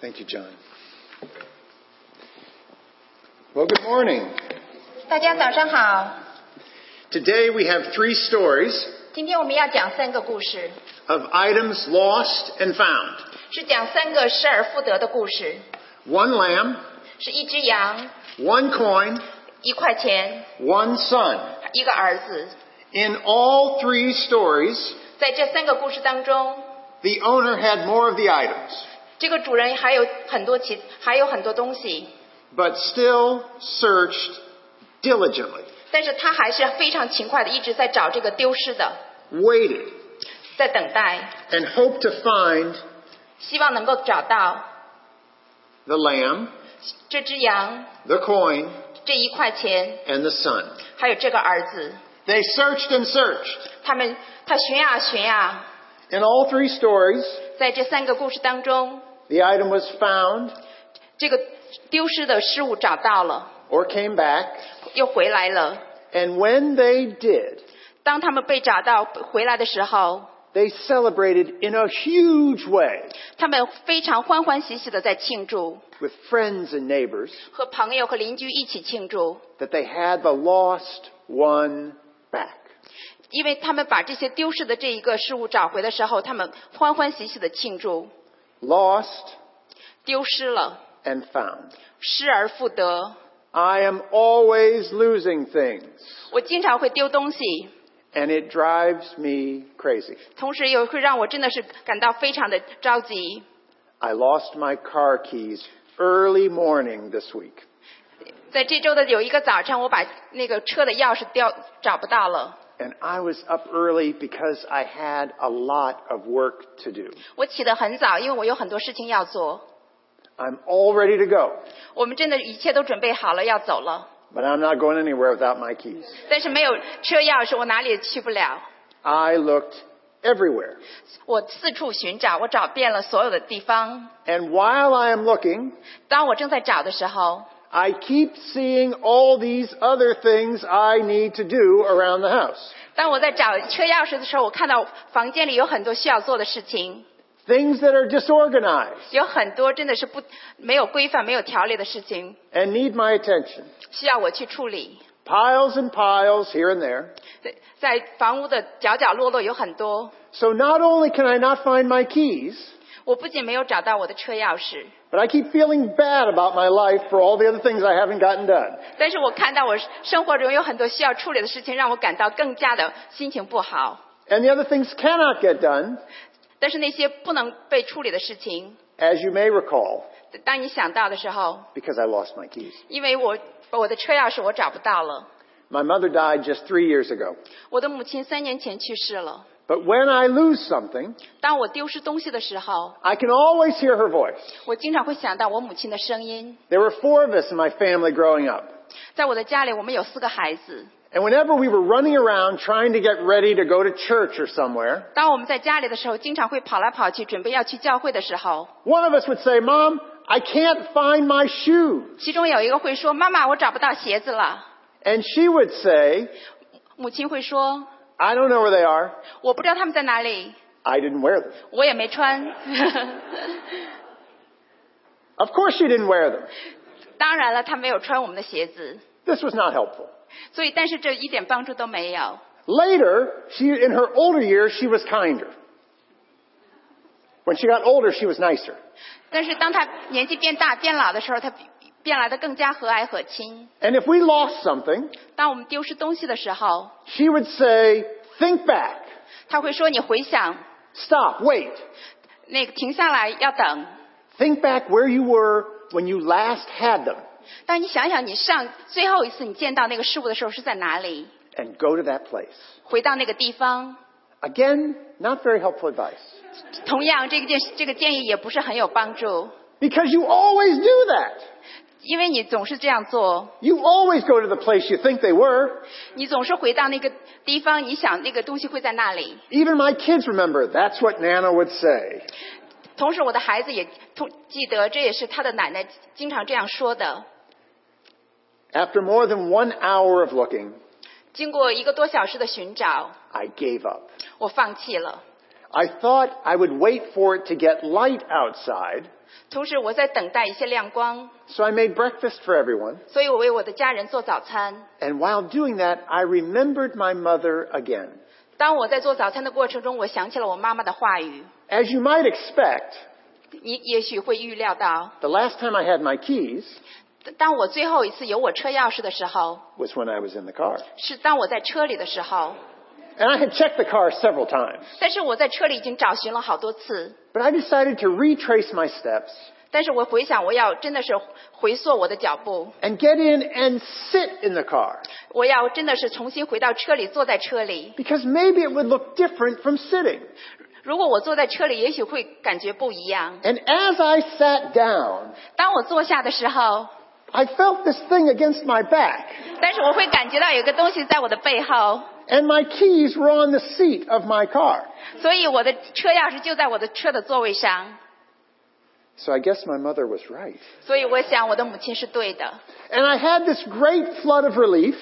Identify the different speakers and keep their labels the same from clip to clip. Speaker 1: Thank you, John. Well, good morning.
Speaker 2: 大家早上好，
Speaker 1: Today we have three stories
Speaker 2: 今天我们要讲三个故事，
Speaker 1: of items lost and found
Speaker 2: 是讲三个失而复得的故事，
Speaker 1: one lamb,
Speaker 2: 是一只羊、
Speaker 1: one coin,
Speaker 2: 一块钱、
Speaker 1: one son.
Speaker 2: 一个儿子。
Speaker 1: In all three stories,
Speaker 2: 在这三个故事当中，
Speaker 1: the owner had more of the items,
Speaker 2: 这个主人还有很多其还有很多东西，
Speaker 1: but still searched diligently,
Speaker 2: 但是他还是非常勤快的，一直在找这个丢失的，
Speaker 1: waited,
Speaker 2: 在等待，
Speaker 1: and hoped to find
Speaker 2: 希望能够找到
Speaker 1: the lamb,
Speaker 2: 这只羊、
Speaker 1: the coin,
Speaker 2: 这一块钱，
Speaker 1: and the son.
Speaker 2: 还有这个儿子。
Speaker 1: They searched and searched.
Speaker 2: 他们他寻呀寻呀，
Speaker 1: In all three stories,
Speaker 2: 在这三个故事当中，
Speaker 1: the item was found
Speaker 2: 这个丢失的失物找到了。
Speaker 1: or came back,
Speaker 2: 又回来了。
Speaker 1: and when they did,
Speaker 2: 当他们被找到回来的时候，
Speaker 1: they celebrated in a huge way
Speaker 2: 他们非常欢欢喜喜的在庆祝，
Speaker 1: with friends and neighbors
Speaker 2: 和朋友和邻居一起庆祝，
Speaker 1: that they had the lost one back.
Speaker 2: 因为他们把这些丢失的这一个事物找回的时候，他们欢欢喜喜的庆祝，
Speaker 1: Lost
Speaker 2: 丢失了，
Speaker 1: and found.
Speaker 2: 失而复得。
Speaker 1: I am always losing things,
Speaker 2: 我经常会丢东西，
Speaker 1: and it drives me crazy.
Speaker 2: 同时也会让我真的是感到非常的着急。
Speaker 1: I lost my car keys early morning this week.
Speaker 2: 在这周的有一个早上，我把那个车的钥匙掉找不到了。
Speaker 1: And I was up early because I had a lot of work to do.
Speaker 2: 我起得很早，因为我有很多事情要做。
Speaker 1: I'm all ready to go,
Speaker 2: 我们真的一切都准备好了，要走了，
Speaker 1: but I'm not going anywhere without my keys.
Speaker 2: 但是没有车钥匙，我哪里也去不了。
Speaker 1: I looked everywhere.
Speaker 2: 我四处寻找，我找遍了所有的地方。
Speaker 1: And while I am looking,
Speaker 2: 当我正在找的时候，
Speaker 1: I keep seeing all these other things I need to do around the house.
Speaker 2: 当我在找车钥匙的时候，我看到房间里有很多需要做的事情，
Speaker 1: Things that are disorganized
Speaker 2: 有很多真的是不没有规范、没有条理的事情，
Speaker 1: and need my attention.
Speaker 2: 需要我去处理。
Speaker 1: Piles and piles here and there.
Speaker 2: 在在房屋的角角落落有很多，
Speaker 1: So not only can I not find my keys,
Speaker 2: 我不仅没有找到我的车钥匙，
Speaker 1: but I keep feeling bad about my life for all the other things I haven't gotten done.
Speaker 2: 但是我看到我生活中有很多需要处理的事情，让我感到更加的心情不好。
Speaker 1: And the other things cannot get done,
Speaker 2: 但是那些不能被处理的事情，
Speaker 1: as you may recall,
Speaker 2: 当你想到的时候，
Speaker 1: because I lost my keys.
Speaker 2: 因为我我的车钥匙我找不到了，
Speaker 1: My mother died just three years ago.
Speaker 2: 我的母亲三年前去世了。
Speaker 1: But when I lose something,
Speaker 2: 当我丢失东西的时候，
Speaker 1: I can always hear her voice.
Speaker 2: 我经常会想到我母亲的声音。
Speaker 1: There were four of us in my family growing up.
Speaker 2: 在我的家里，我们有四个孩子。
Speaker 1: And whenever we were running around trying to get ready to go to church or somewhere,
Speaker 2: 当我们在家里的时候，经常会跑来跑去，准备要去教会的时候，
Speaker 1: one of us would say, Mom, I can't find my shoe.
Speaker 2: 其中有一个会说：“妈妈，我找不到鞋子了。
Speaker 1: And she would say, ”
Speaker 2: 母亲会说
Speaker 1: I don't know where they are.：“
Speaker 2: 我不知道他们在哪里，
Speaker 1: I didn't wear them.
Speaker 2: 我也没穿。
Speaker 1: Of course she didn't wear them. ”
Speaker 2: 当然了，他没有穿我们的鞋子。
Speaker 1: This was not helpful.
Speaker 2: 所以，但是这一点帮助都没有。
Speaker 1: Later, she, in her older years, she was kinder. When she got older, she was nicer.
Speaker 2: 但是当他年纪变大、变老的时候，他变来的更加和蔼可亲。
Speaker 1: And if we lost something,
Speaker 2: 当我们丢失东西的时候，
Speaker 1: she would say, think back,
Speaker 2: 他会说：“你回想，
Speaker 1: stop, wait,
Speaker 2: 那个停下来，要等。
Speaker 1: think back where you were when you last had them
Speaker 2: 当你想想你上最后一次你见到那个事物的时候是在哪里，
Speaker 1: and go to that place.
Speaker 2: 回到那个地方。
Speaker 1: Again, not very helpful advice
Speaker 2: 同样，这个建这个建议也不是很有帮助，
Speaker 1: because you always do that.
Speaker 2: 因为你总是这样做，
Speaker 1: You always go to the place you think they were.
Speaker 2: 你总是回到那个地方，你想那个东西会在那里。
Speaker 1: Even my kids remember that's what Nana would say.
Speaker 2: 同时，我的孩子也通记得，这也是他的奶奶经常这样说的。
Speaker 1: After more than one hour of looking,
Speaker 2: 经过一个多小时的寻找，
Speaker 1: I gave up.
Speaker 2: 我放弃了。
Speaker 1: I thought I would wait for it to get light outside
Speaker 2: 同时，我在等待一些亮光，
Speaker 1: So I made breakfast for everyone.
Speaker 2: 所以我为我的家人做早餐。
Speaker 1: And while doing that, I remembered my mother again.
Speaker 2: 当我在做早餐的过程中，我想起了我妈妈的话语。
Speaker 1: As you might expect,
Speaker 2: 你也许会预料到，
Speaker 1: the last time I had my keys
Speaker 2: 当我最后一次有我车钥匙的时候，
Speaker 1: was when I was in the car.
Speaker 2: 是当我在车里的时候。
Speaker 1: And I had checked the car several times,
Speaker 2: 但是我在车里已经找寻了好多次，
Speaker 1: but I decided to retrace my steps
Speaker 2: 但是我回想，我要真的是回溯我的脚步，
Speaker 1: and get in and sit in the car
Speaker 2: 我要真的是重新回到车里，坐在车里。
Speaker 1: because maybe it would look different from sitting.
Speaker 2: 如果我坐在车里，也许会感觉不一样。
Speaker 1: And as I sat down,
Speaker 2: 当我坐下的时候，
Speaker 1: I felt this thing against my back
Speaker 2: 但是我会感觉到有个东西在我的背后，
Speaker 1: and my keys were on the seat of my car.
Speaker 2: 所以我的车钥匙就在我的车的座位上。
Speaker 1: So I guess my mother was right.
Speaker 2: 所以我想我的母亲是对的。
Speaker 1: And I had this great flood of relief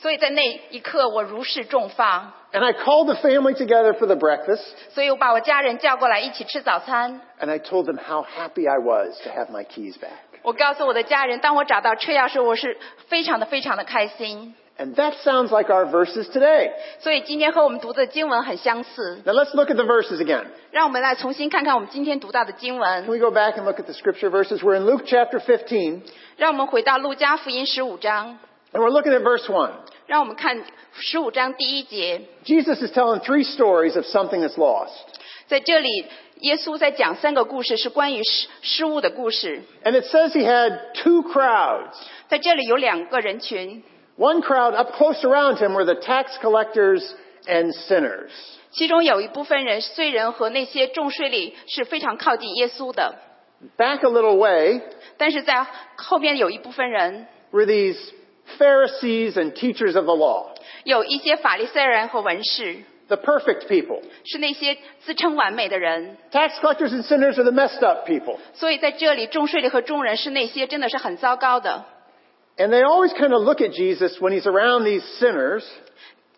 Speaker 2: 所以在那一刻，我如释重放。
Speaker 1: and I called the family together for the breakfast
Speaker 2: 所以我把我家人叫过来一起吃早餐。
Speaker 1: and I told them how happy I was to have my keys back.
Speaker 2: 我告诉我的家人，当我找到车钥匙，我是非常的非常的开心。
Speaker 1: And that sounds like our verses today.
Speaker 2: 所以今天和我们读的经文很相似。
Speaker 1: Now let's look at the verses again.
Speaker 2: 让我们来重新看看我们今天读到的经
Speaker 1: Can
Speaker 2: 文。
Speaker 1: we go back and look at the scripture verses? We're in Luke chapter 15
Speaker 2: 让我们回到路加福音十五章，
Speaker 1: and we're looking at verse 1.
Speaker 2: 让我们看十五章第一节。
Speaker 1: Jesus is telling three stories of something that's lost.
Speaker 2: 在这里，耶稣在讲三个故事，是关于失失误的故事。
Speaker 1: And it says he had two crowds.
Speaker 2: 在这里有两个人群，
Speaker 1: One crowd up close around him were the tax collectors and sinners.
Speaker 2: 其中有一部分人虽然和那些重税吏是非常靠近耶稣的，
Speaker 1: Back a little way
Speaker 2: 但是在后面有一部分人，
Speaker 1: were these Pharisees and teachers of the law,
Speaker 2: 有一些法利赛人和文士，
Speaker 1: the perfect people.
Speaker 2: 是那些自称完美的人。
Speaker 1: Tax collectors and sinners are the messed up people.
Speaker 2: 所以在这里，重税吏和众人是那些真的是很糟糕的。
Speaker 1: And they always kind of look at Jesus when he's around these sinners,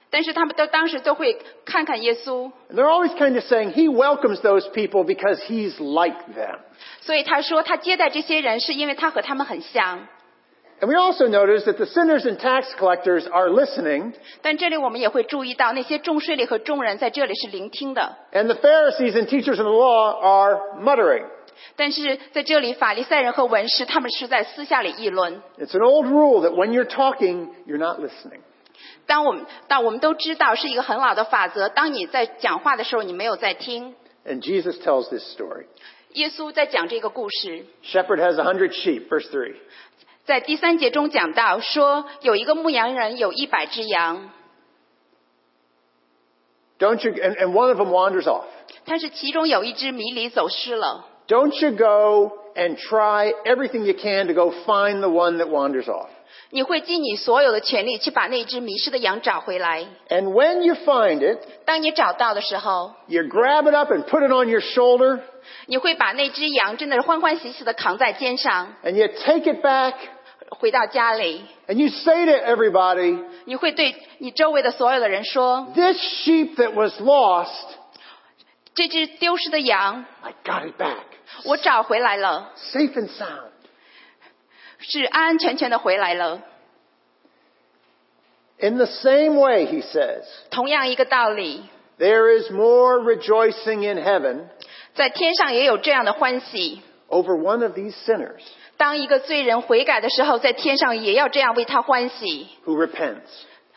Speaker 2: 但是他们都当时都会看看耶稣，
Speaker 1: and they're always kind of saying he welcomes those people because he's like them.
Speaker 2: 所以他说他接待这些人是因为他和他们很像。
Speaker 1: And we also notice that the sinners and tax collectors are listening,
Speaker 2: 但这里我们也会注意到，那些重税吏和众人在这里是聆听的，
Speaker 1: and the Pharisees and teachers of the law are muttering.
Speaker 2: 但是在这里法利赛人和文士他们是在私下里议论。
Speaker 1: It's an old rule that when you're talking, you're not listening.
Speaker 2: 当我们当我们都知道是一个很老的法则，当你在讲话的时候，你没有在听。
Speaker 1: And Jesus tells this story.
Speaker 2: 耶稣在讲这个故事，
Speaker 1: Shepherd has a hundred sheep, verse three.
Speaker 2: 在第三节中讲到说，有一个牧羊人有一百只羊，
Speaker 1: Don't you, and, and one of them wanders off.
Speaker 2: 但是其中有一只迷离走失了。
Speaker 1: Don't you go and try everything you can to go find the one that wanders off.
Speaker 2: 你会尽你所有的全力去把那只迷失的羊找回来。
Speaker 1: And when you find it,
Speaker 2: 当你找到的时候，
Speaker 1: you grab it up and put it on your shoulder
Speaker 2: 你会把那只羊真的是欢欢喜喜的扛在肩上，
Speaker 1: and you take it back
Speaker 2: 回到家里，
Speaker 1: and you say to everybody,
Speaker 2: 你会对你周围的所有的人说
Speaker 1: this sheep that was lost,：“
Speaker 2: 这只丢失的羊，
Speaker 1: I got it back.
Speaker 2: 我找回来了，
Speaker 1: Safe and sound.
Speaker 2: 是安安全全的回来了。
Speaker 1: In the same way, he says, ”
Speaker 2: 同样一个道理，
Speaker 1: there is more rejoicing in heaven
Speaker 2: 在天上也有这样的欢喜。
Speaker 1: over one of these sinners
Speaker 2: 当一个罪人悔改的时候，在天上也要这样为他欢喜。
Speaker 1: who repents,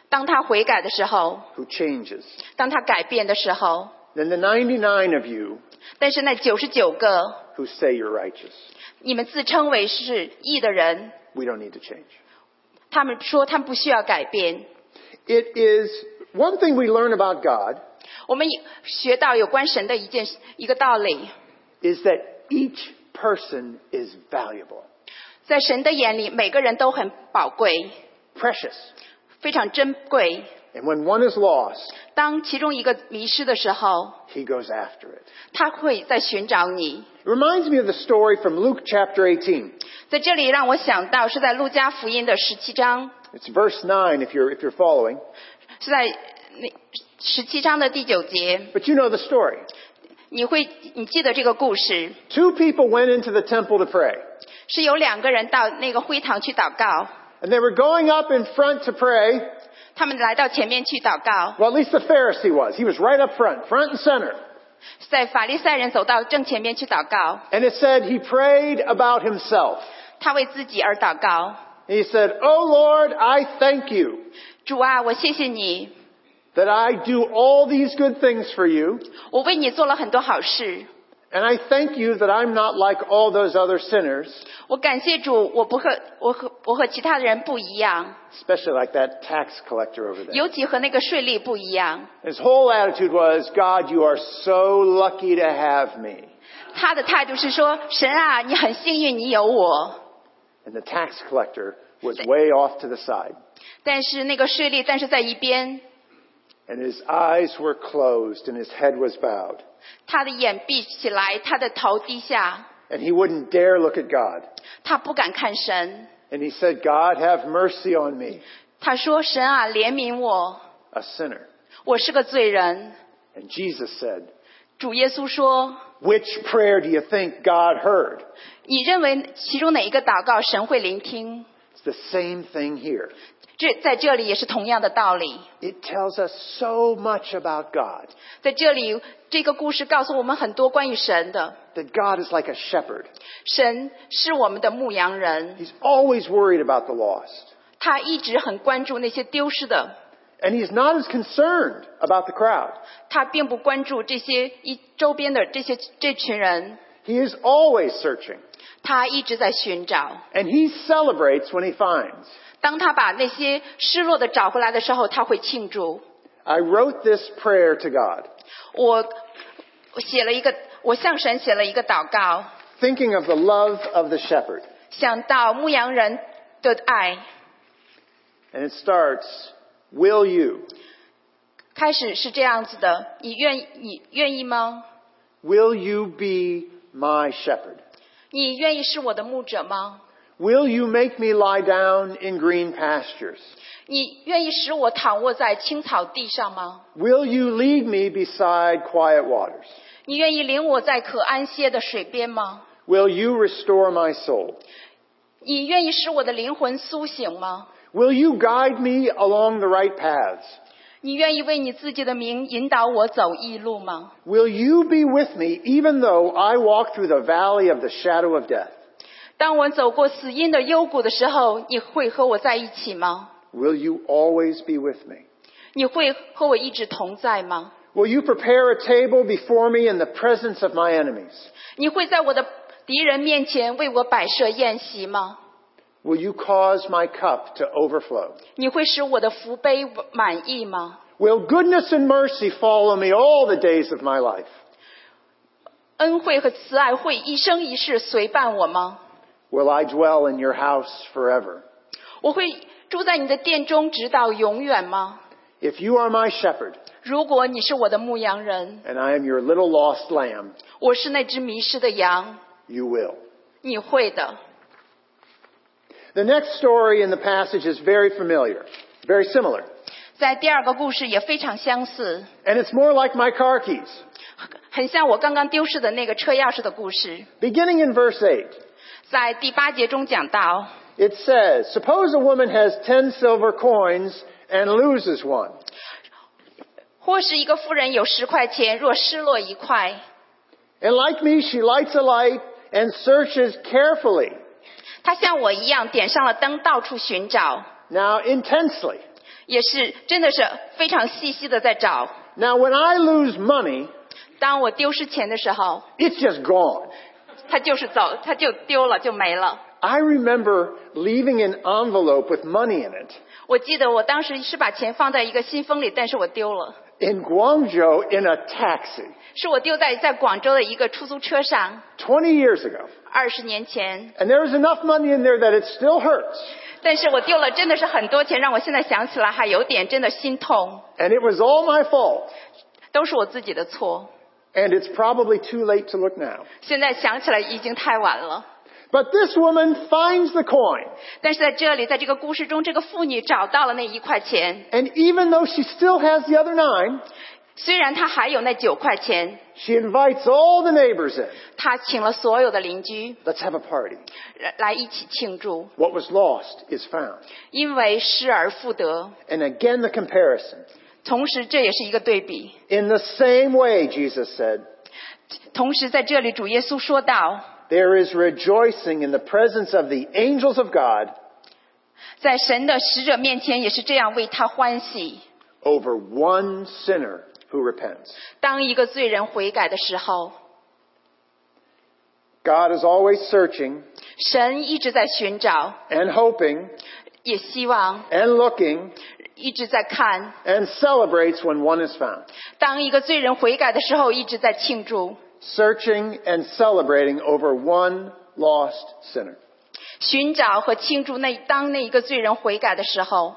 Speaker 2: 当他悔改的时候，
Speaker 1: who changes,
Speaker 2: 当他改变的时候，
Speaker 1: than the 99 of you
Speaker 2: 但是那九十九个
Speaker 1: who say you're righteous.
Speaker 2: 你们自称为是义的人，
Speaker 1: We don't need to change.
Speaker 2: 他们说他们不需要改变。
Speaker 1: It is one thing we learn about God
Speaker 2: 我们也学到有关神的一件一个道理，
Speaker 1: is that each person is valuable,
Speaker 2: 在神的眼里，每个人都很宝贵，
Speaker 1: precious.
Speaker 2: 非常珍贵。
Speaker 1: And when one is lost,
Speaker 2: 当其中一个迷失的时候，
Speaker 1: he goes after it.
Speaker 2: 他会在寻找你。
Speaker 1: It reminds me of the story from Luke chapter 18.
Speaker 2: 在这里让我想到是在路加福音的十七章，
Speaker 1: It's verse 9 if you're, if you're following.
Speaker 2: 是在那十七章的第九节。
Speaker 1: But you know the story.
Speaker 2: 你会你记得这个故事，
Speaker 1: Two people went into the temple to pray,
Speaker 2: 是有两个人到那个会堂去祷告，
Speaker 1: and they were going up in front to pray.
Speaker 2: 他们来到前面去祷告，
Speaker 1: Well, at least the Pharisee was. He was right up front, front and center.
Speaker 2: 在法利赛人走到正前面去祷告，
Speaker 1: And it said he prayed about himself.
Speaker 2: 他为自己而祷告。
Speaker 1: He said, Oh Lord, I thank you
Speaker 2: 主啊，我谢谢你，
Speaker 1: that I do all these good things for you,
Speaker 2: 我为你做了很多好事。
Speaker 1: and I thank you that I'm not like all those other sinners,
Speaker 2: 我感谢主，我不和我和我和其他的人不一样，
Speaker 1: especially like that tax collector over there.
Speaker 2: 尤其和那个税吏不一样。
Speaker 1: His whole attitude was, God, you are so lucky to have me.
Speaker 2: 他的态度是说：“神啊，你很幸运，你有我。
Speaker 1: And the tax collector was way off to the side, ”
Speaker 2: 但是那个税吏，但是在一边，
Speaker 1: and his eyes were closed and his head was bowed,
Speaker 2: 他的眼闭起来，他的头低下，
Speaker 1: and he wouldn't dare look at God.
Speaker 2: 他不敢看神。
Speaker 1: And he said, God, have mercy on me,
Speaker 2: 他说：“神啊，怜悯我，
Speaker 1: a sinner.
Speaker 2: 我是个罪人。
Speaker 1: And Jesus said, ”
Speaker 2: 主耶稣说
Speaker 1: Which prayer do you think God heard?：“
Speaker 2: 你认为其中哪一个祷告神会聆听
Speaker 1: It's the same thing here.？”
Speaker 2: 这在这里也是同样的道理。
Speaker 1: It tells us so much about God
Speaker 2: 在这里，这个故事告诉我们很多关于神的。
Speaker 1: that God is like a shepherd.
Speaker 2: 神是我们的牧羊人，
Speaker 1: He's always worried about the lost,
Speaker 2: 他一直很关注那些丢失的，
Speaker 1: and he's not as concerned about the crowd.
Speaker 2: 他并不关注这些一周边的这些这群人，
Speaker 1: He is always searching,
Speaker 2: 他一直在寻找。
Speaker 1: and he celebrates when he finds.
Speaker 2: 当他把那些失落的找回来的时候，他会庆祝。
Speaker 1: I wrote this prayer to God,
Speaker 2: 我我写了一个，我向神写了一个祷告，
Speaker 1: thinking of the love of the shepherd.
Speaker 2: 想到牧羊人的爱，
Speaker 1: And it starts, Will you?
Speaker 2: 开始是这样子的：你愿你愿意吗？
Speaker 1: Will you be my shepherd?
Speaker 2: 你愿意是我的牧者吗？
Speaker 1: Will you make me lie down in green pastures?
Speaker 2: 你愿意使我躺卧在青草地上吗？
Speaker 1: Will you lead me beside quiet waters?
Speaker 2: 你愿意领我在可安歇的水边吗？
Speaker 1: Will you restore my soul?
Speaker 2: 你愿意使我的灵魂苏醒吗？
Speaker 1: Will you guide me along the right paths?
Speaker 2: 你愿意为你自己的名引导我走义路吗？
Speaker 1: Will you be with me even though I walk through the valley of the shadow of death?
Speaker 2: 当我走过死荫的幽谷的时候，你会和我在一起吗？
Speaker 1: Will you always be with me?
Speaker 2: 你会和我一直同在吗？
Speaker 1: Will you prepare a table before me in the presence of my enemies?
Speaker 2: 你会在我的敌人面前为我摆设宴席吗？
Speaker 1: Will you cause my cup to overflow?
Speaker 2: 你会使我的福杯满意吗？
Speaker 1: Will goodness and mercy follow me all the days of my life?
Speaker 2: 恩惠和慈爱会一生一世随伴我吗？
Speaker 1: Will I dwell in your house forever?
Speaker 2: 我会住在你的殿中直到永远吗？
Speaker 1: If you are my shepherd,
Speaker 2: 如果你是我的牧羊人，
Speaker 1: and I am your little lost lamb,
Speaker 2: 我是那只迷失的羊，
Speaker 1: you will.
Speaker 2: 你会的。
Speaker 1: The next story in the passage is very familiar, very similar.
Speaker 2: 在第二个故事也非常相似，
Speaker 1: And it's more like my car keys.
Speaker 2: 很像我刚刚丢失的那个车钥匙的故事。
Speaker 1: Beginning in verse 8,
Speaker 2: 在第八节中讲到，
Speaker 1: it says, Suppose a woman has ten silver coins and loses one.
Speaker 2: 或是一个妇人有十块钱，若失落一块，
Speaker 1: And like me, she lights a light and searches carefully.
Speaker 2: 她像我一样点上了灯，到处寻找，
Speaker 1: Now, intensely.
Speaker 2: 也是真的是非常细细的在找。
Speaker 1: Now, when I lose money,
Speaker 2: 当我丢失钱的时候，
Speaker 1: it's just gone.
Speaker 2: 它就是走，它就丢了，就没了。
Speaker 1: I remember leaving an envelope with money in it
Speaker 2: 我记得我当时是把钱放在一个信封里，但是我丢了，
Speaker 1: in Guangzhou in a taxi
Speaker 2: 是我丢在在广州的一个出租车上，
Speaker 1: 20 years ago.
Speaker 2: 二十年前。
Speaker 1: And there was enough money in there that it still hurts.
Speaker 2: 但是我丢了真的是很多钱，让我现在想起来还有点真的心痛，
Speaker 1: And it was all my fault.
Speaker 2: 都是我自己的错。
Speaker 1: And it's probably too late to look now.
Speaker 2: 现在想起来已经太晚了。
Speaker 1: But this woman finds the coin.
Speaker 2: 但是在这里，在这个故事中，这个妇女找到了那一块钱，
Speaker 1: And even though she still has the other nine,
Speaker 2: 虽然他还有那九块钱，
Speaker 1: She invites all the neighbors in.
Speaker 2: 他请了所有的邻居
Speaker 1: Let's have a party.
Speaker 2: 来来一起庆祝，
Speaker 1: What was lost is found.
Speaker 2: 因为失而复得。
Speaker 1: And again, the comparison.
Speaker 2: 同时，这也是一个对比。
Speaker 1: In the same way, Jesus said,
Speaker 2: 同时，在这里，主耶稣说道，
Speaker 1: there is rejoicing in the presence of the angels of God
Speaker 2: 在神的使者面前也是这样为他欢喜。
Speaker 1: over one sinner who repents.
Speaker 2: 当一个罪人悔改的时候，
Speaker 1: God is always searching
Speaker 2: 神一直在寻找，
Speaker 1: and hoping
Speaker 2: 也希望
Speaker 1: and looking
Speaker 2: 一直在看。
Speaker 1: and celebrates when one is found.
Speaker 2: 当一个罪人悔改的时候，一直在庆祝，
Speaker 1: Searching and celebrating over one lost sinner.
Speaker 2: 寻找和庆祝那当那一个罪人悔改的时候，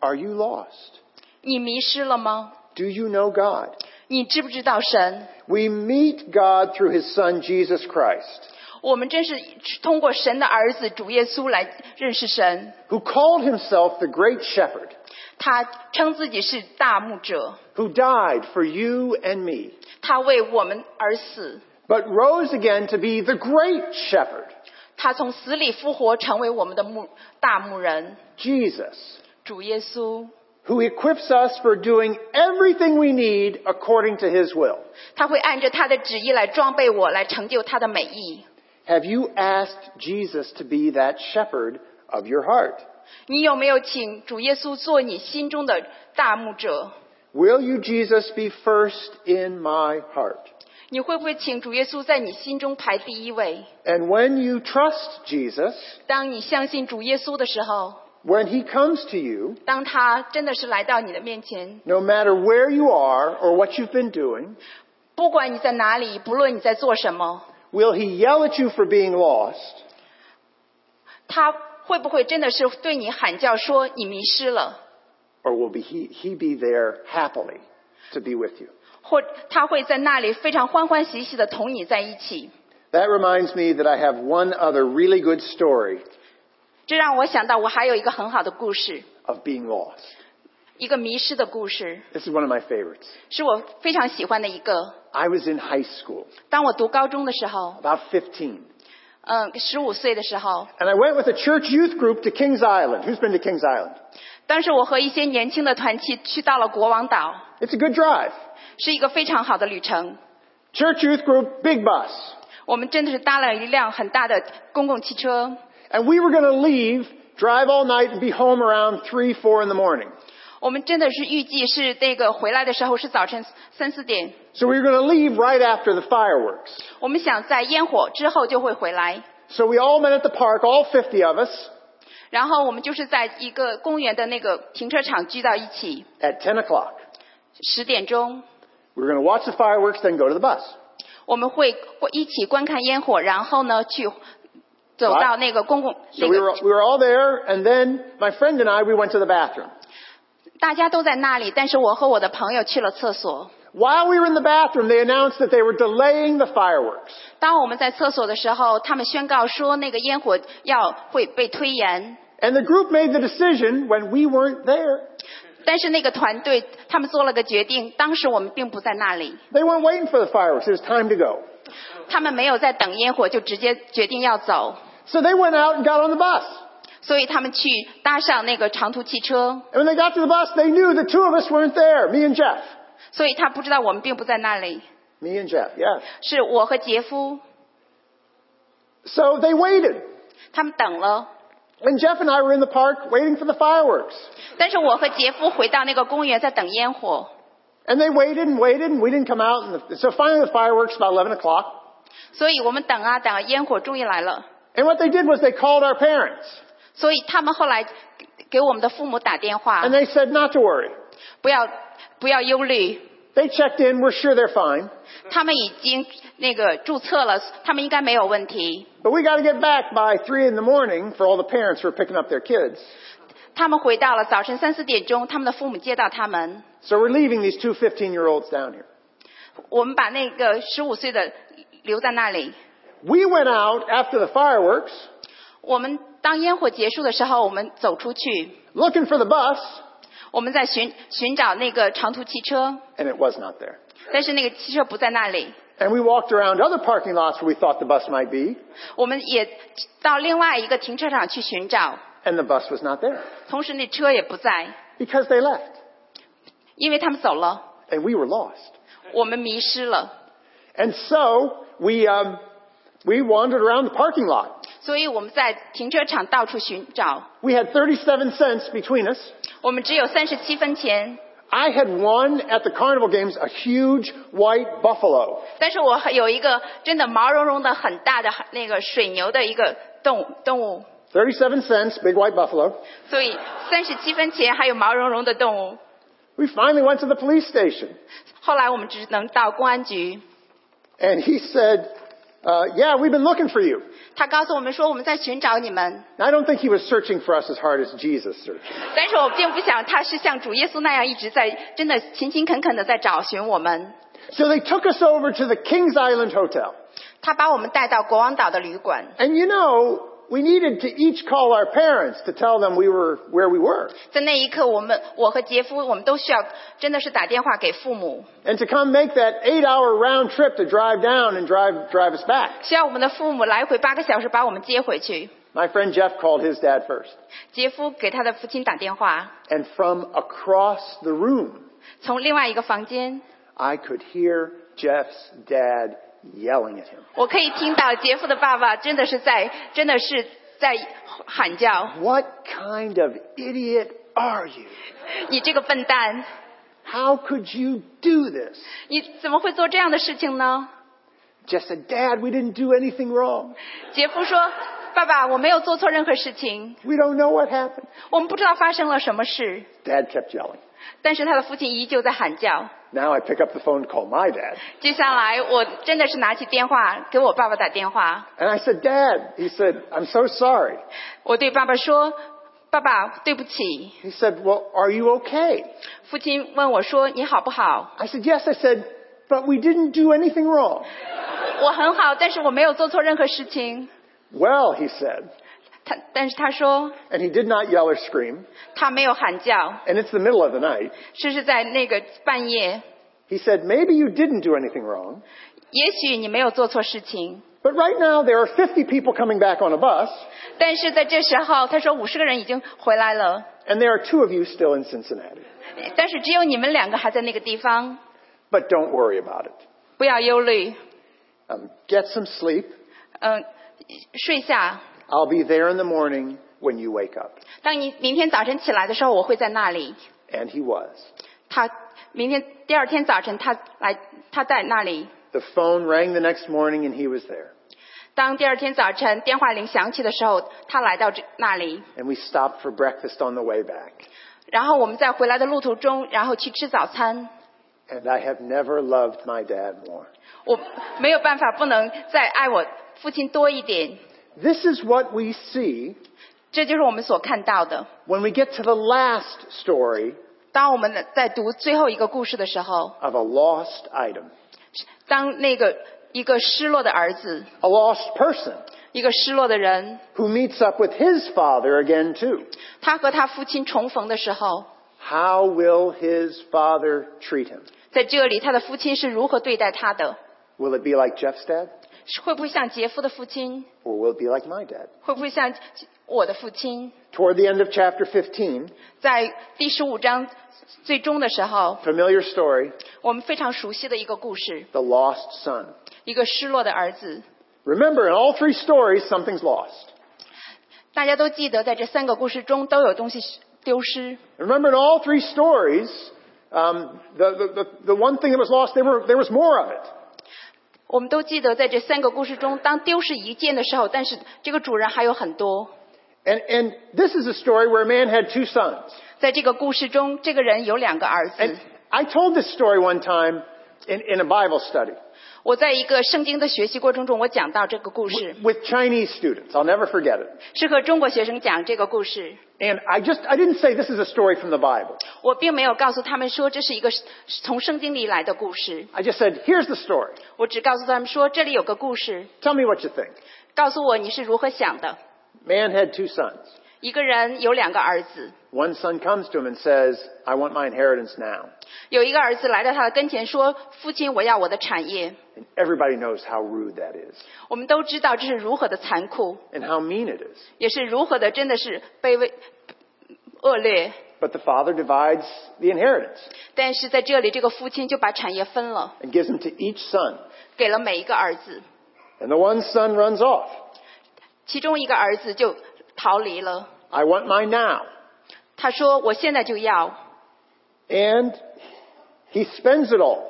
Speaker 1: Are you lost?
Speaker 2: 你迷失了吗？
Speaker 1: Do you know God?
Speaker 2: 你知不知道神？
Speaker 1: We meet God through His Son, Jesus Christ,
Speaker 2: 我们真是通过神的儿子主耶稣来认识神。
Speaker 1: who called Himself the Great Shepherd,
Speaker 2: 他称自己是大牧者，
Speaker 1: who died for you and me,
Speaker 2: 他为我们而死，
Speaker 1: but rose again to be the Great Shepherd,
Speaker 2: 他从死里复活，成为我们的牧大牧人
Speaker 1: Jesus,
Speaker 2: 主耶稣。
Speaker 1: who equips us for doing everything we need according to His will.
Speaker 2: 他会按着他的旨意来装备我，来成就他的美意。
Speaker 1: Have you asked Jesus to be that shepherd of your heart?
Speaker 2: 你有没有请主耶稣做你心中的大牧者？
Speaker 1: Will you, Jesus, be first in my heart?
Speaker 2: 你会不会请主耶稣在你心中排第一位？
Speaker 1: And when you trust Jesus,
Speaker 2: 当你相信主耶稣的时候，
Speaker 1: when He comes to you,
Speaker 2: 当他真的是来到你的面前，
Speaker 1: No matter where you are or what you've been doing,
Speaker 2: 不管你在哪里，不论你在做什么，
Speaker 1: will he yell at you for being lost?
Speaker 2: 他会不会真的是对你喊叫说你迷失了，
Speaker 1: Or will be he, he be there happily to be with you?
Speaker 2: 或他会在那里非常欢欢喜喜的同你在一起？
Speaker 1: That reminds me that I have one other really good story
Speaker 2: 这让我想到我还有一个很好的故事，
Speaker 1: of being lost.
Speaker 2: 一个迷失的故事，
Speaker 1: This is one of my favorites.
Speaker 2: 是我非常喜欢的一个。
Speaker 1: I was in high school,
Speaker 2: 当我读高中的时候，
Speaker 1: about 15,
Speaker 2: 嗯，十五岁的时候，
Speaker 1: and I went with a church youth group to Kings Island. Who's been to Kings Island?
Speaker 2: 当时我和一些年轻的团体去到了国王岛，
Speaker 1: It's a good drive.
Speaker 2: 是一个非常好的旅程。
Speaker 1: Church youth group, big bus.
Speaker 2: 我们真的是搭了一辆很大的公共汽车，
Speaker 1: And we were going to leave, drive all night, and be home around 3, 4 in the morning.
Speaker 2: 我们真的是预计是那个回来的时候是早晨三四点，
Speaker 1: So we were going to leave right after the fireworks.
Speaker 2: 我们想在烟火之后就会回来。
Speaker 1: So we all met at the park, all 50 of us,
Speaker 2: 然后我们就是在一个公园的那个停车场聚到一起，
Speaker 1: at 10 o'clock.
Speaker 2: 十点钟
Speaker 1: We were going to watch the fireworks, then go to the bus.
Speaker 2: 我们会会一起观看烟火，然后呢去走
Speaker 1: 啊
Speaker 2: 到那个公共
Speaker 1: So
Speaker 2: 那
Speaker 1: we were,
Speaker 2: 个，
Speaker 1: we were all there, and then my friend and I, we went to the bathroom.
Speaker 2: 大家都在那里，但是我和我的朋友去了厕所。
Speaker 1: While we were in the bathroom, they announced that they were delaying the fireworks.
Speaker 2: 当我们在厕所的时候，他们宣告说那个烟火要会被推延，
Speaker 1: And the group made the decision when we weren't there.
Speaker 2: 但是那个团队他们做了个决定，当时我们并不在那里，
Speaker 1: They weren't waiting for the fireworks. It was time to go.
Speaker 2: 他们没有在等烟火，就直接决定要走，
Speaker 1: So they went out and got on the bus.
Speaker 2: 所以他们去搭上那个长途汽车，
Speaker 1: And when they got to the bus, they knew the two of us weren't there, me and Jeff.
Speaker 2: 所以他不知道我们并不在那里，
Speaker 1: Me and Jeff, yeah.
Speaker 2: 是我和杰夫，
Speaker 1: So they waited.
Speaker 2: 他们等了。
Speaker 1: And Jeff and I were in the park waiting for the fireworks.
Speaker 2: 但是我和杰夫回到那个公园，在等烟火。
Speaker 1: And they waited and waited, and we didn't come out. And the, so finally, the fireworks about 11 o'clock.
Speaker 2: 所以我们等啊等啊，烟火终于来了。
Speaker 1: And what they did was they called our parents,
Speaker 2: 所以他们后来给给我们的父母打电话
Speaker 1: and，they said not to worry.
Speaker 2: 不要不要忧虑，
Speaker 1: They checked in. We're sure they're fine,
Speaker 2: 他们已经那个注册了，他们应该没有问题。
Speaker 1: but we got to get back by three in the morning for all the parents who are picking up their kids.
Speaker 2: 他们回到了早晨三四点钟，他们的父母接到他们。
Speaker 1: So we're leaving these two 15-year-olds down here.
Speaker 2: 我们把那个十五岁的留在那里。
Speaker 1: We went out after the fireworks
Speaker 2: 我们当烟火结束的时候，我们走出去，
Speaker 1: looking for the bus,
Speaker 2: 我们在寻寻找那个长途汽车，
Speaker 1: and it was not there.
Speaker 2: 但是那个汽车不在那里。
Speaker 1: And we walked around other parking lots where we thought the bus might be,
Speaker 2: 我们也到另外一个停车场去寻找，
Speaker 1: and the bus was not there
Speaker 2: 同时那车也不在，
Speaker 1: because they left,
Speaker 2: 因为他们走了，
Speaker 1: and we were lost.
Speaker 2: 我们迷失了，
Speaker 1: And so we um, we wandered around the parking lot.
Speaker 2: 所以我们在停车场到处寻找。
Speaker 1: We had 37 cents between us.
Speaker 2: 我们只有三十七分钱，
Speaker 1: I had won at the carnival games a huge white buffalo.
Speaker 2: 但是我还有一个真的毛茸茸的很大的那个水牛的一个动物动物，
Speaker 1: 37 cents, big white buffalo.
Speaker 2: 所以三十七分钱还有毛茸茸的动物。
Speaker 1: We finally went to the police station.
Speaker 2: 后来我们只能到公安局，
Speaker 1: And he said, uh, yeah, we've been looking for you.
Speaker 2: 他告诉我们说我们在寻找你们，
Speaker 1: And I don't think he was searching for us as hard as Jesus searched.
Speaker 2: 但是我并不想他是像主耶稣那样一直在真的勤勤恳恳的在找寻我们。
Speaker 1: So they took us over to the Kings Island Hotel.
Speaker 2: 他把我们带到国王岛的旅馆，
Speaker 1: And you know, we needed to each call our parents to tell them we were where we were
Speaker 2: 在那一刻，我们我和杰夫我们都需要真的是打电话给父母，
Speaker 1: and to come make that eight hour round trip to drive down and drive, drive us back.
Speaker 2: 需要我们的父母来回八个小时把我们接回去。
Speaker 1: My friend Jeff called his dad first.
Speaker 2: 杰夫给他的父亲打电话，
Speaker 1: And from across the room,
Speaker 2: 从另外一个房间，
Speaker 1: I could hear Jeff's dad yelling at him.
Speaker 2: 我可以听到杰夫的爸爸真的是在，真的是在喊叫
Speaker 1: What kind of idiot are you?：“
Speaker 2: 你这个笨蛋，
Speaker 1: How could you do this?
Speaker 2: 你怎么会做这样的事情呢
Speaker 1: Jeff said, Dad, we didn't do anything wrong.？”
Speaker 2: 杰夫说：“爸爸，我没有做错任何事情，
Speaker 1: We don't know what happened.
Speaker 2: 我们不知道发生了什么事。
Speaker 1: Dad kept yelling. ”
Speaker 2: 但是他的父亲依旧在喊叫。
Speaker 1: Now I pick up the phone to call my dad.
Speaker 2: 接下来，我真的是拿起电话给我爸爸打电话。
Speaker 1: And I said, Dad, he said, I'm so sorry.
Speaker 2: 我对爸爸说：“爸爸，对不起。
Speaker 1: He said, Well, are you okay? ”
Speaker 2: 父亲问我说：“你好不好
Speaker 1: I said, Yes. I said, But we didn't do anything wrong.？”
Speaker 2: 我很好，但是我没有做错任何事情。
Speaker 1: Well, he said,
Speaker 2: 他，但是他说
Speaker 1: and he did not yell or scream,
Speaker 2: 他没有喊叫，
Speaker 1: and it's the middle of the night.
Speaker 2: 这是在那个半夜。
Speaker 1: He said, Maybe you didn't do anything wrong,
Speaker 2: 也许你没有做错事情，
Speaker 1: but right now there are 50 people coming back on a bus,
Speaker 2: 但是在这时候，他说五十个人已经回来了，
Speaker 1: and there are two of you still in Cincinnati.
Speaker 2: 但是只有你们两个还在那个地方，
Speaker 1: But don't worry about it.
Speaker 2: 不要忧虑，
Speaker 1: Um, get some sleep.
Speaker 2: 嗯、睡下。
Speaker 1: I'll be there in the morning when you wake up.
Speaker 2: 当你明天早晨起来的时候，我会在那里。
Speaker 1: And he was.
Speaker 2: 他明天第二天早晨，他来，他在那里。
Speaker 1: The phone rang the next morning and he was there.
Speaker 2: 当第二天早晨电话铃响起的时候，他来到这那里，
Speaker 1: And we stopped for breakfast on the way back.
Speaker 2: 然后我们在回来的路途中，然后去吃早餐。
Speaker 1: And I have never loved my dad more.
Speaker 2: 我没有办法，不能再爱我父亲多一点。
Speaker 1: This is what we see
Speaker 2: 这就是我们所看到的。
Speaker 1: when we get to the last story
Speaker 2: 当我们在读最后一个故事的时候，
Speaker 1: of a lost item,
Speaker 2: 当那个一个失落的儿子，
Speaker 1: a lost person
Speaker 2: 一个失落的人，
Speaker 1: who meets up with his father again too.
Speaker 2: 他和他父亲重逢的时候，
Speaker 1: How will his father treat him?
Speaker 2: 在这里他的父亲是如何对待他的？
Speaker 1: Will it be like Jeff's dad?
Speaker 2: 是会不会像杰夫的父亲？
Speaker 1: Or will it be like my dad?
Speaker 2: 会不会像我的父亲？
Speaker 1: Toward the end of chapter 15,
Speaker 2: 在第十五章最终的时候，
Speaker 1: familiar story,
Speaker 2: 我们非常熟悉的一个故事，
Speaker 1: the lost son.
Speaker 2: 一个失落的儿子。
Speaker 1: Remember, in all three stories, something's lost.
Speaker 2: 大家都记得，在这三个故事中都有东西丢失。
Speaker 1: Remember, in all three stories, um, the, the, the, the one thing that was lost, there, were, there was more of it.
Speaker 2: 我们都记得，在这三个故事中，当丢失一件的时候，但是这个主人还有很多。
Speaker 1: And, and this is a story where a man had two sons.
Speaker 2: 在这个故事中，这个人有两个儿
Speaker 1: And
Speaker 2: 子。
Speaker 1: I told this story one time in, in a Bible study
Speaker 2: 我在一个圣经的学习过程中，我讲到这个故事，
Speaker 1: with Chinese students. I'll never forget it.
Speaker 2: 是和中国学生讲这个故事。
Speaker 1: And I just, I didn't say this is a story from the Bible.
Speaker 2: 我并没有告诉他们说这是一个从圣经里来的故事，
Speaker 1: I just said, here's the story.
Speaker 2: 我只告诉他们说这里有个故事，
Speaker 1: Tell me what you think.
Speaker 2: 告诉我你是如何想的。
Speaker 1: Man had two sons.
Speaker 2: 一个人有两个儿子，
Speaker 1: One son comes to him and says, I want my inheritance now.
Speaker 2: 有一个儿子来到他的跟前说：“父亲，我要我的产业。
Speaker 1: And everybody knows how rude that is ”
Speaker 2: 我们都知道这是如何的残酷，
Speaker 1: and how mean it is.
Speaker 2: 也是如何的真的是卑微、呃恶劣。
Speaker 1: But the father divides the inheritance
Speaker 2: 但是在这里，这个父亲就把产业分了，
Speaker 1: and gives them to each son.
Speaker 2: 给了每一个儿子。
Speaker 1: And the one son runs off.
Speaker 2: 其中一个儿子就逃离了，
Speaker 1: I want mine now.
Speaker 2: 他说：“我现在就要。
Speaker 1: And he spends it all. ”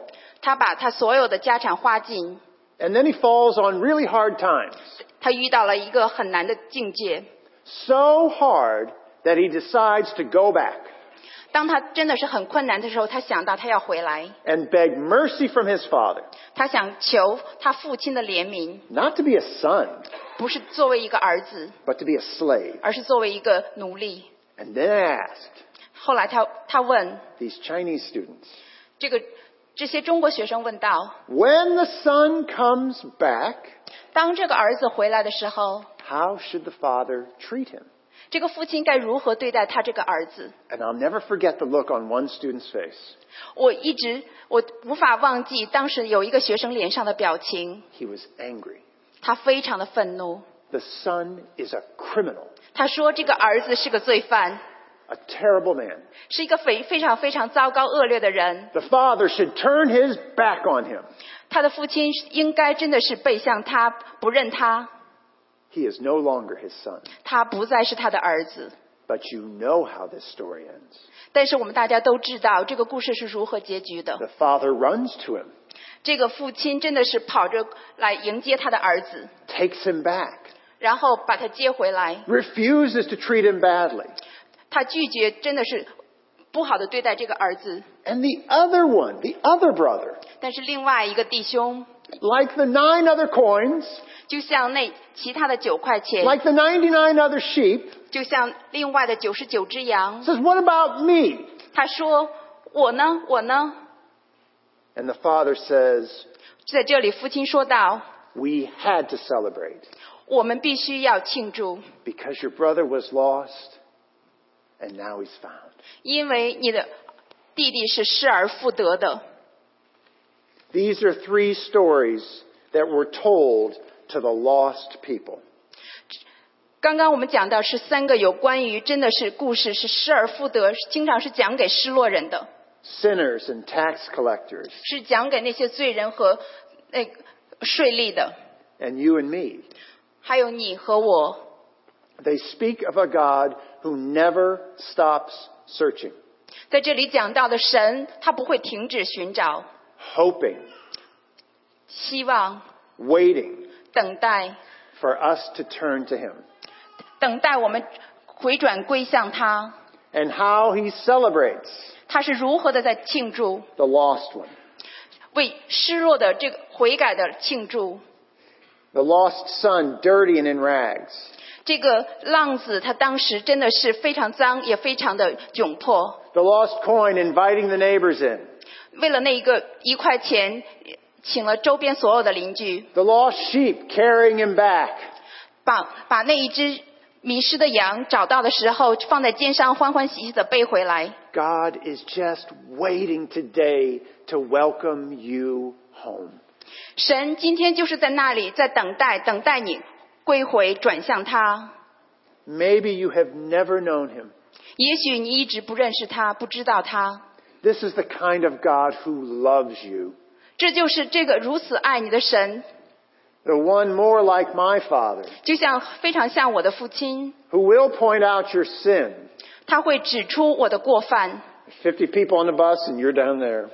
Speaker 2: 他把他所有的家产花尽，
Speaker 1: And then he falls on really hard times.
Speaker 2: 他遇到了一个很难的境界。
Speaker 1: So hard that he decides to go back
Speaker 2: 当他真的是很困难的时候，他想到他要回来，
Speaker 1: and beg mercy from his father.
Speaker 2: 他想求他父亲的怜悯，
Speaker 1: Not to be a son,
Speaker 2: 不是作为一个儿子，
Speaker 1: but to be a slave.
Speaker 2: 而是作为一个奴隶。
Speaker 1: And then asked
Speaker 2: 后来他他问
Speaker 1: these Chinese students,
Speaker 2: 这个这些中国学生问道：
Speaker 1: when the son comes back,
Speaker 2: 当这个儿子回来的时候，
Speaker 1: how should the father treat him?
Speaker 2: 这个父亲该如何对待他这个儿子？
Speaker 1: And I'll never forget the look on one student's face.
Speaker 2: 我一直我无法忘记当时有一个学生脸上的表情，
Speaker 1: He was angry.
Speaker 2: 他非常的愤怒。
Speaker 1: The son is a criminal,
Speaker 2: 他说这个儿子是个罪犯，
Speaker 1: a terrible man.
Speaker 2: 是一个非非常非常糟糕恶劣的人。
Speaker 1: The father should turn his back on him.
Speaker 2: 他的父亲应该真的是背向他，不认他，
Speaker 1: He is no longer his son.
Speaker 2: 他不再是他的儿子。
Speaker 1: But you know how this story ends.
Speaker 2: 但是我们大家都知道这个故事是如何结局的。
Speaker 1: The father runs to him,
Speaker 2: 这个父亲真的是跑着来迎接他的儿子，
Speaker 1: takes him back,
Speaker 2: 然后把他接回来。
Speaker 1: refuses to treat him badly.
Speaker 2: 他拒绝真的是不好的对待这个儿子，
Speaker 1: And the other one, the other brother,
Speaker 2: 但是另外一个弟兄
Speaker 1: like the nine other coins,
Speaker 2: 就像那其他的九块钱，
Speaker 1: like the 99 other sheep,
Speaker 2: 就像另外的九十九只羊。
Speaker 1: says, What about me?
Speaker 2: 他说：“我呢，我呢。
Speaker 1: And the father says, ”
Speaker 2: 在这里，父亲说道
Speaker 1: We had to celebrate：“
Speaker 2: 我们必须要庆祝，
Speaker 1: because your brother was lost and now he's found.
Speaker 2: 因为你的弟弟是失而复得的。
Speaker 1: These are three stories that were told to the lost people. ”
Speaker 2: 刚刚我们讲到是三个有关于真的是故事是失而复得，经常是讲给失落人的，
Speaker 1: Sinners and tax collectors,
Speaker 2: 是讲给那些罪人和那个税吏的，
Speaker 1: and you and me.
Speaker 2: 还有你和我。
Speaker 1: They speak of a God who never stops searching,
Speaker 2: 在这里讲到的神，他不会停止寻找，
Speaker 1: hoping,
Speaker 2: 希望
Speaker 1: waiting
Speaker 2: 等待，
Speaker 1: for us to turn to him.
Speaker 2: 等待我们回转归向他。
Speaker 1: And how he celebrates
Speaker 2: 他是如何的在庆祝，
Speaker 1: the lost one.
Speaker 2: 为失落的这个悔改的庆祝。
Speaker 1: The lost son, dirty and in rags.
Speaker 2: 这个浪子他当时真的是非常脏，也非常的窘迫。
Speaker 1: The lost coin, inviting the neighbors in.
Speaker 2: 为了那一个一块钱，请了周边所有的邻居，
Speaker 1: The lost sheep, carrying him back.
Speaker 2: 把把那一只迷失的羊找到的时候放在肩上，欢欢喜喜的背回来。
Speaker 1: God is just waiting today to welcome you home.
Speaker 2: 神今天就是在那里，在等待，等待你归回，转向他。
Speaker 1: Maybe you have never known him.
Speaker 2: 也许你一直不认识他，不知道他，
Speaker 1: This is the kind of God who loves you.
Speaker 2: 这就是这个如此爱你的神，
Speaker 1: The one more like my father,
Speaker 2: 就像非常像我的父亲，
Speaker 1: who will point out your sin.
Speaker 2: 他会指出我的过犯。
Speaker 1: 50 people on the bus and you're down there.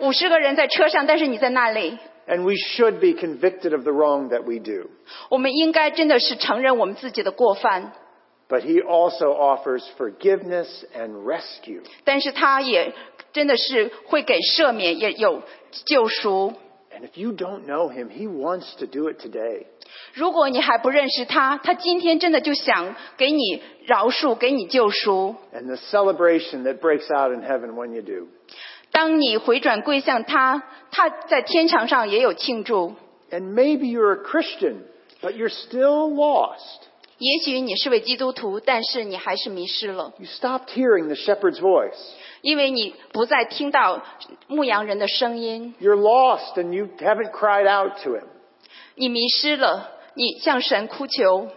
Speaker 2: 五十个人在车上，但是你在那里，
Speaker 1: And we should be convicted of the wrong that we do.
Speaker 2: 我们应该真的是承认我们自己的过犯，
Speaker 1: But he also offers forgiveness and rescue.
Speaker 2: 但是他也真的是会给赦免，也有救赎。
Speaker 1: And if you don't know him, he wants to do it today.
Speaker 2: 如果你还不认识他，他今天真的就想给你饶恕，给你救赎。
Speaker 1: And the celebration that breaks out in heaven when you do.
Speaker 2: 当你回转归向他，他在天堂上也有庆祝。
Speaker 1: And maybe you're a Christian, but you're still lost.
Speaker 2: 也许你是位基督徒，但是你还是迷失了，
Speaker 1: You stopped hearing the shepherd's voice.
Speaker 2: 因为你不再听到牧羊人的声音，
Speaker 1: You're lost and you haven't cried out to him.
Speaker 2: 你迷失了，你向神哭求。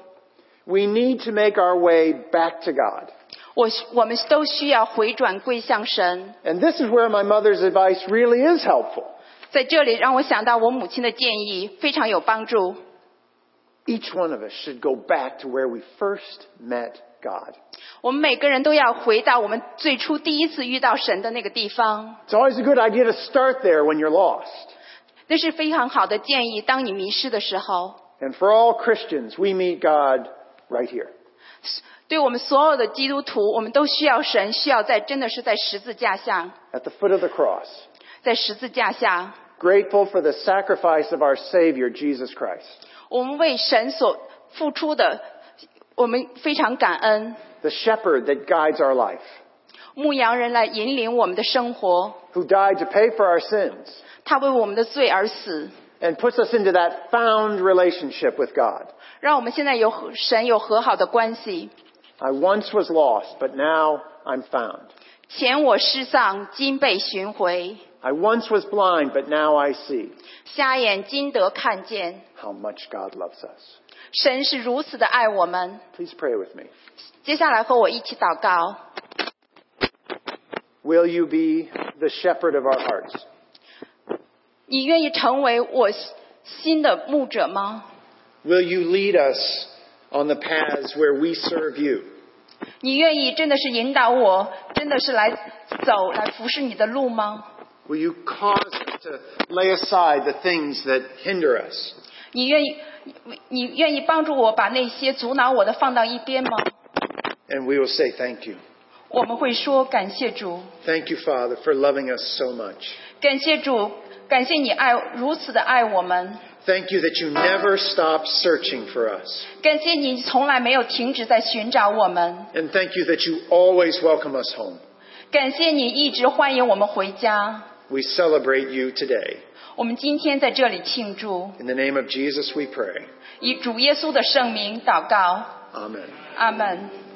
Speaker 1: We need to make our way back to God.
Speaker 2: 我我们都需要回转归向神。
Speaker 1: And this is where my mother's advice really is helpful.
Speaker 2: 在这里让我想到我母亲的建议，非常有帮助。
Speaker 1: Each one of us should go back to where we first met God.
Speaker 2: 我们每个人都要回到我们最初第一次遇到神的那个地方，
Speaker 1: It's always a good idea to start there when you're lost.
Speaker 2: 那是非常好的建议。当你迷失的时候，
Speaker 1: And for all Christians, we meet God right here.
Speaker 2: 对我们所有的基督徒，我们都需要神，需要在真的是在十字架下，
Speaker 1: at the foot of the cross,
Speaker 2: 在十字架下，
Speaker 1: grateful for the sacrifice of our Savior, Jesus Christ.
Speaker 2: 我们为神所付出的，我们非常感恩。
Speaker 1: The shepherd that guides our life,
Speaker 2: 牧羊人来引领我们的生活，
Speaker 1: who died to pay for our sins
Speaker 2: 他为我们的罪而死，
Speaker 1: and puts us into that found relationship with God.
Speaker 2: 让我们现在有和神有和好的关系。
Speaker 1: I once was lost, but now I'm found.
Speaker 2: 前我失丧，今被寻回；
Speaker 1: I once was blind, but now I see
Speaker 2: 瞎眼今得看见。
Speaker 1: how much God loves us.
Speaker 2: 神是如此的爱我们。
Speaker 1: Please pray with me.
Speaker 2: 接下来和我一起祷告，
Speaker 1: Will you be the shepherd of our hearts?
Speaker 2: 你愿意成为我新的牧者吗？
Speaker 1: Will you lead us on the paths where we serve you?
Speaker 2: 你愿意真的是引导我，真的是来走来服侍你的路吗？
Speaker 1: Will you cause us to lay aside the things that hinder us?
Speaker 2: 你愿意，你你愿意帮助我把那些阻挠我的放到一边吗？
Speaker 1: And we will say thank you.
Speaker 2: 我们会说感谢主，
Speaker 1: Thank you, Father, for loving us so much.
Speaker 2: 感谢主，感谢你爱如此的爱我们，
Speaker 1: Thank you that you never stop searching for us.
Speaker 2: 感谢你从来没有停止在寻找我们，
Speaker 1: And thank you that you always welcome us home.
Speaker 2: 感谢你一直欢迎我们回家。
Speaker 1: We celebrate you today.
Speaker 2: 我们今天在这里庆祝，
Speaker 1: In the name of Jesus, we pray.
Speaker 2: 以主耶稣的圣名祷告，
Speaker 1: Amen.
Speaker 2: 阿门。